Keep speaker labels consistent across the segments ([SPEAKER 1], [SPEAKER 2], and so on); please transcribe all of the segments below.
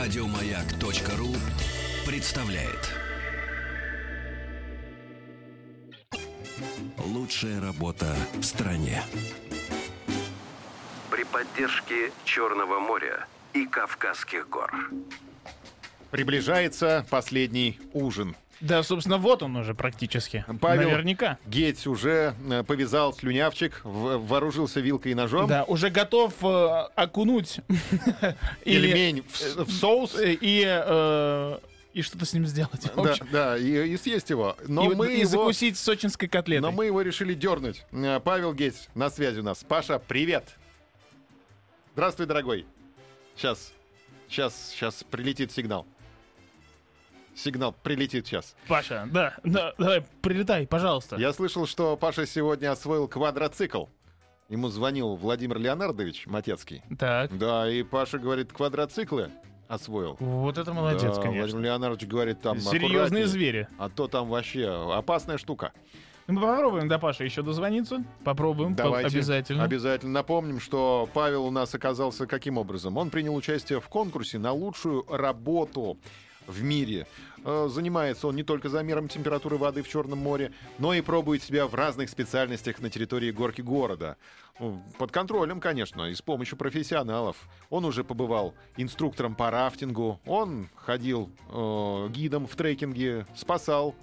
[SPEAKER 1] Радиомаяк.ру представляет. Лучшая работа в стране.
[SPEAKER 2] При поддержке Черного моря и Кавказских гор.
[SPEAKER 3] Приближается последний ужин.
[SPEAKER 4] Да, собственно, вот он уже практически.
[SPEAKER 3] Павел
[SPEAKER 4] Наверняка.
[SPEAKER 3] Геть уже э, повязал слюнявчик, в- вооружился вилкой и ножом.
[SPEAKER 4] Да, уже готов э, окунуть или-
[SPEAKER 3] Пельмень в, с- в соус.
[SPEAKER 4] э, и э, и что-то с ним сделать. в
[SPEAKER 3] Да,
[SPEAKER 4] общем.
[SPEAKER 3] да, и, и съесть его. Но
[SPEAKER 4] и, вот-
[SPEAKER 3] мы
[SPEAKER 4] и
[SPEAKER 3] его...
[SPEAKER 4] закусить сочинской котлетой.
[SPEAKER 3] Но мы его решили дернуть. Э, Павел Геть на связи у нас. Паша, привет. Здравствуй, дорогой. Сейчас, сейчас, сейчас прилетит сигнал. Сигнал прилетит сейчас.
[SPEAKER 4] Паша, да, да, давай, прилетай, пожалуйста.
[SPEAKER 3] Я слышал, что Паша сегодня освоил квадроцикл. Ему звонил Владимир Леонардович Матецкий.
[SPEAKER 4] Так,
[SPEAKER 3] Да, и Паша говорит, квадроциклы освоил.
[SPEAKER 4] вот это молодец,
[SPEAKER 3] Да, Владимир
[SPEAKER 4] конечно.
[SPEAKER 3] Леонардович говорит, там
[SPEAKER 4] Серьезные
[SPEAKER 3] аккуратнее,
[SPEAKER 4] звери.
[SPEAKER 3] А то там вообще опасная штука.
[SPEAKER 4] Ну, Мы попробуем до Паши еще дозвониться. Попробуем, по-
[SPEAKER 3] Давайте.
[SPEAKER 4] обязательно.
[SPEAKER 3] Обязательно напомним, что Павел у нас оказался каким образом? Он принял участие в конкурсе на лучшую работу в мире. Э, Занимается он не только замером температуры воды в Черном море, но и пробует себя в разных специальностях на территории горки города. Ну, Под контролем, конечно, и с помощью профессионалов. Он уже побывал инструктором по рафтингу, он ходил э, гидом в трекинге, спасал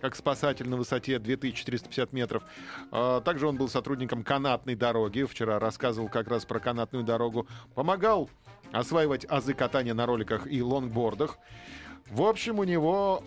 [SPEAKER 3] как спасатель на высоте 2450 метров. А, Также он был сотрудником канатной дороги. Вчера рассказывал как раз про канатную дорогу. Помогал осваивать азы катания на роликах и лонгбордах. В общем, у него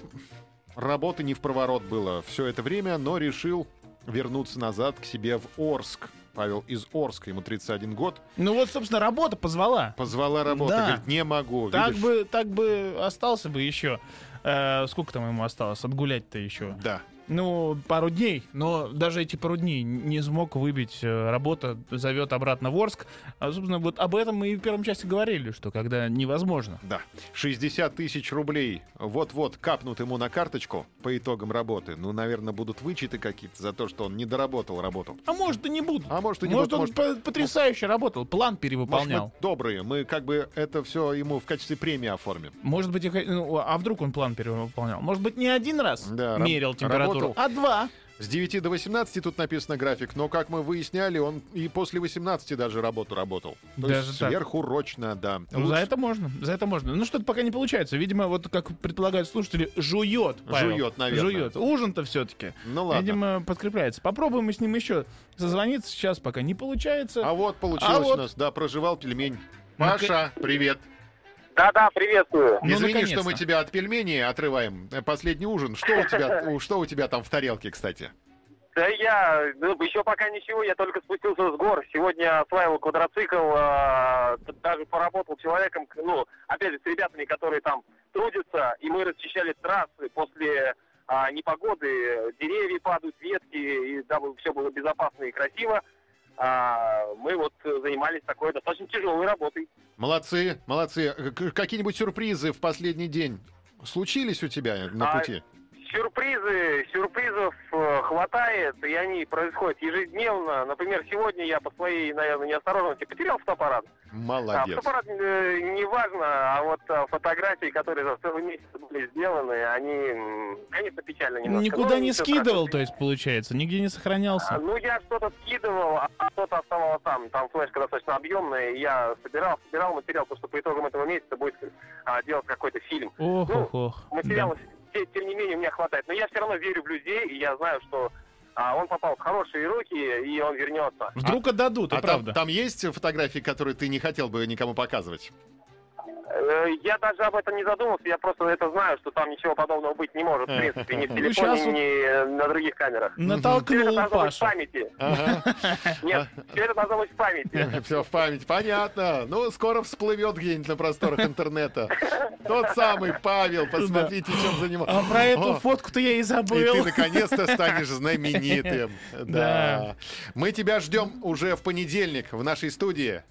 [SPEAKER 3] работы не в проворот было все это время, но решил вернуться назад к себе в Орск. Павел из Орска, ему 31 год,
[SPEAKER 4] Ну вот, собственно, работа позвала.
[SPEAKER 3] позвала работа,
[SPEAKER 4] Да.
[SPEAKER 3] говорит, не могу.
[SPEAKER 4] Так
[SPEAKER 3] Видишь?
[SPEAKER 4] бы, так бы остался бы еще. Э, сколько там ему осталось? Отгулять-то еще.
[SPEAKER 3] Да.
[SPEAKER 4] Ну, пару дней. Но даже эти пару дней не смог выбить. э, Работа зовет обратно в Орск. А, собственно, вот об этом мы и в первом части говорили, что когда невозможно.
[SPEAKER 3] Да. 60 тысяч рублей вот-вот капнут ему на карточку по итогам работы. Ну, наверное, будут вычеты какие-то за то, что он не доработал работу.
[SPEAKER 4] А может, и не буду.
[SPEAKER 3] А может, и не
[SPEAKER 4] может,
[SPEAKER 3] будут,
[SPEAKER 4] он
[SPEAKER 3] может-
[SPEAKER 4] по- потрясающе работал, план перевыполнял.
[SPEAKER 3] Может, мы добрые. Мы как бы это все ему в качестве премии оформим.
[SPEAKER 4] Может быть, и ко- ну, а вдруг он план перевыполнял? Может быть, не один раз
[SPEAKER 3] Да, раб-
[SPEAKER 4] мерил
[SPEAKER 3] работал.
[SPEAKER 4] температуру, а два.
[SPEAKER 3] С 9 до 18 тут написано график, но, как мы выясняли, он и после 18 даже работу работал. То
[SPEAKER 4] Даже
[SPEAKER 3] есть
[SPEAKER 4] так.
[SPEAKER 3] сверхурочно, да.
[SPEAKER 4] Ну,
[SPEAKER 3] Лучше
[SPEAKER 4] за это можно, за это можно. Ну, что-то пока не получается. Видимо, вот как предполагают слушатели, жует. Павел.
[SPEAKER 3] Жует, наверное.
[SPEAKER 4] Жует. Ужин-то все-таки.
[SPEAKER 3] Ну, ладно.
[SPEAKER 4] Видимо, подкрепляется. Попробуем мы с ним еще созвониться. Сейчас пока не получается.
[SPEAKER 3] А вот получилось
[SPEAKER 4] А вот. Ну,
[SPEAKER 3] у нас, да, проживал пельмень.
[SPEAKER 4] Ну-ка.
[SPEAKER 3] Паша, привет.
[SPEAKER 5] Да-да, приветствую.
[SPEAKER 4] Ну,
[SPEAKER 3] Извини,
[SPEAKER 4] наконец-то.
[SPEAKER 3] что мы тебя от пельменей отрываем. Э, Последний ужин. Что у тебя, что у тебя там в тарелке, кстати?
[SPEAKER 5] Да я ну, еще пока ничего, я только спустился с гор. Сегодня осваивал квадроцикл, э, д- даже поработал человеком, к- ну, опять же, с ребятами, которые там трудятся, и мы расчищали трассы после а, непогоды, деревья падают, ветки, и дабы все было безопасно и красиво. а, мы вот э, занимались такой достаточно тяжелой работой.
[SPEAKER 3] Молодцы, молодцы. К- Какие-нибудь сюрпризы в последний день случились у тебя на
[SPEAKER 5] А,
[SPEAKER 3] пути?
[SPEAKER 5] Сюрпризы, сюрпризов э, хватает, и они происходят ежедневно. Например, сегодня я по своей, наверное, неосторожности потерял фотоаппарат. А,
[SPEAKER 3] Молодец.
[SPEAKER 5] фотоаппарат э, не важно, а вот э, фотографии, которые за целый месяц были сделаны, они, м, конечно, печально немножко.
[SPEAKER 4] Никуда
[SPEAKER 5] Ну,
[SPEAKER 4] не
[SPEAKER 5] ничего
[SPEAKER 4] скидывал,
[SPEAKER 5] страшного.
[SPEAKER 4] то есть, получается. Нигде не
[SPEAKER 5] А,
[SPEAKER 4] сохранялся.
[SPEAKER 5] Ну, я что-то скидывал, а что-то оставалось там. Там флешка достаточно объемная, и я собирал, собирал материал, потому что по итогам этого месяца будет а, делать какой-то фильм.
[SPEAKER 4] Ох,
[SPEAKER 5] ну,
[SPEAKER 4] ох, ох. Да.
[SPEAKER 5] Материалов, те- тем не менее, у меня хватает. Но я все равно верю в людей, и я знаю, что а, он попал в хорошие руки, и он вернется.
[SPEAKER 4] Вдруг отдадут, и
[SPEAKER 3] А там,
[SPEAKER 4] правда.
[SPEAKER 3] там есть фотографии, которые ты не хотел бы никому показывать?
[SPEAKER 5] Э, Я даже об этом не задумывался, я просто это знаю, что там ничего подобного быть не может, в принципе, ни в
[SPEAKER 4] Ну, щас
[SPEAKER 5] телефоне,
[SPEAKER 4] вот-
[SPEAKER 5] ни э, на других камерах. Все это
[SPEAKER 4] Натолкнул
[SPEAKER 5] должно быть в
[SPEAKER 4] Паша.
[SPEAKER 5] памяти.
[SPEAKER 3] Ага,
[SPEAKER 5] Нет,
[SPEAKER 4] А.
[SPEAKER 5] все это должно быть в памяти.
[SPEAKER 3] все в память. Понятно. Ну, скоро всплывет где-нибудь на просторах интернета. Тот самый Павел, посмотрите, чем занимался.
[SPEAKER 4] А про эту
[SPEAKER 3] О,
[SPEAKER 4] фотку-то я и
[SPEAKER 3] И ты
[SPEAKER 4] забыл.
[SPEAKER 3] наконец-то станешь знаменитым. Да.
[SPEAKER 4] Да.
[SPEAKER 3] Мы тебя ждем уже в понедельник в нашей студии.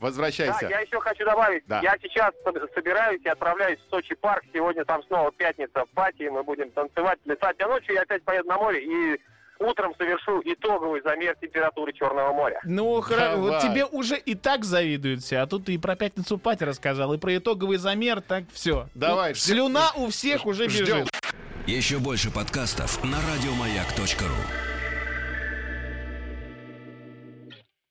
[SPEAKER 5] Да, я
[SPEAKER 3] Возвращайся.
[SPEAKER 5] еще хочу добавить.
[SPEAKER 3] Да.
[SPEAKER 5] Я сейчас соб- собираюсь и отправляюсь в Сочи парк. Сегодня там снова пятница, пати, мы будем танцевать, плясать. А ночью я опять поеду на море и утром совершу итоговый замер температуры Черного моря.
[SPEAKER 4] Ну, хра- вот
[SPEAKER 3] Давай.
[SPEAKER 4] тебе уже и так завидуют все, а тут ты и про пятницу пати рассказал, и про итоговый замер, так все.
[SPEAKER 3] Давай, ж-
[SPEAKER 4] Слюна у всех уже
[SPEAKER 3] ждём.
[SPEAKER 4] бежит.
[SPEAKER 1] Еще больше подкастов на радиомаяк.ру.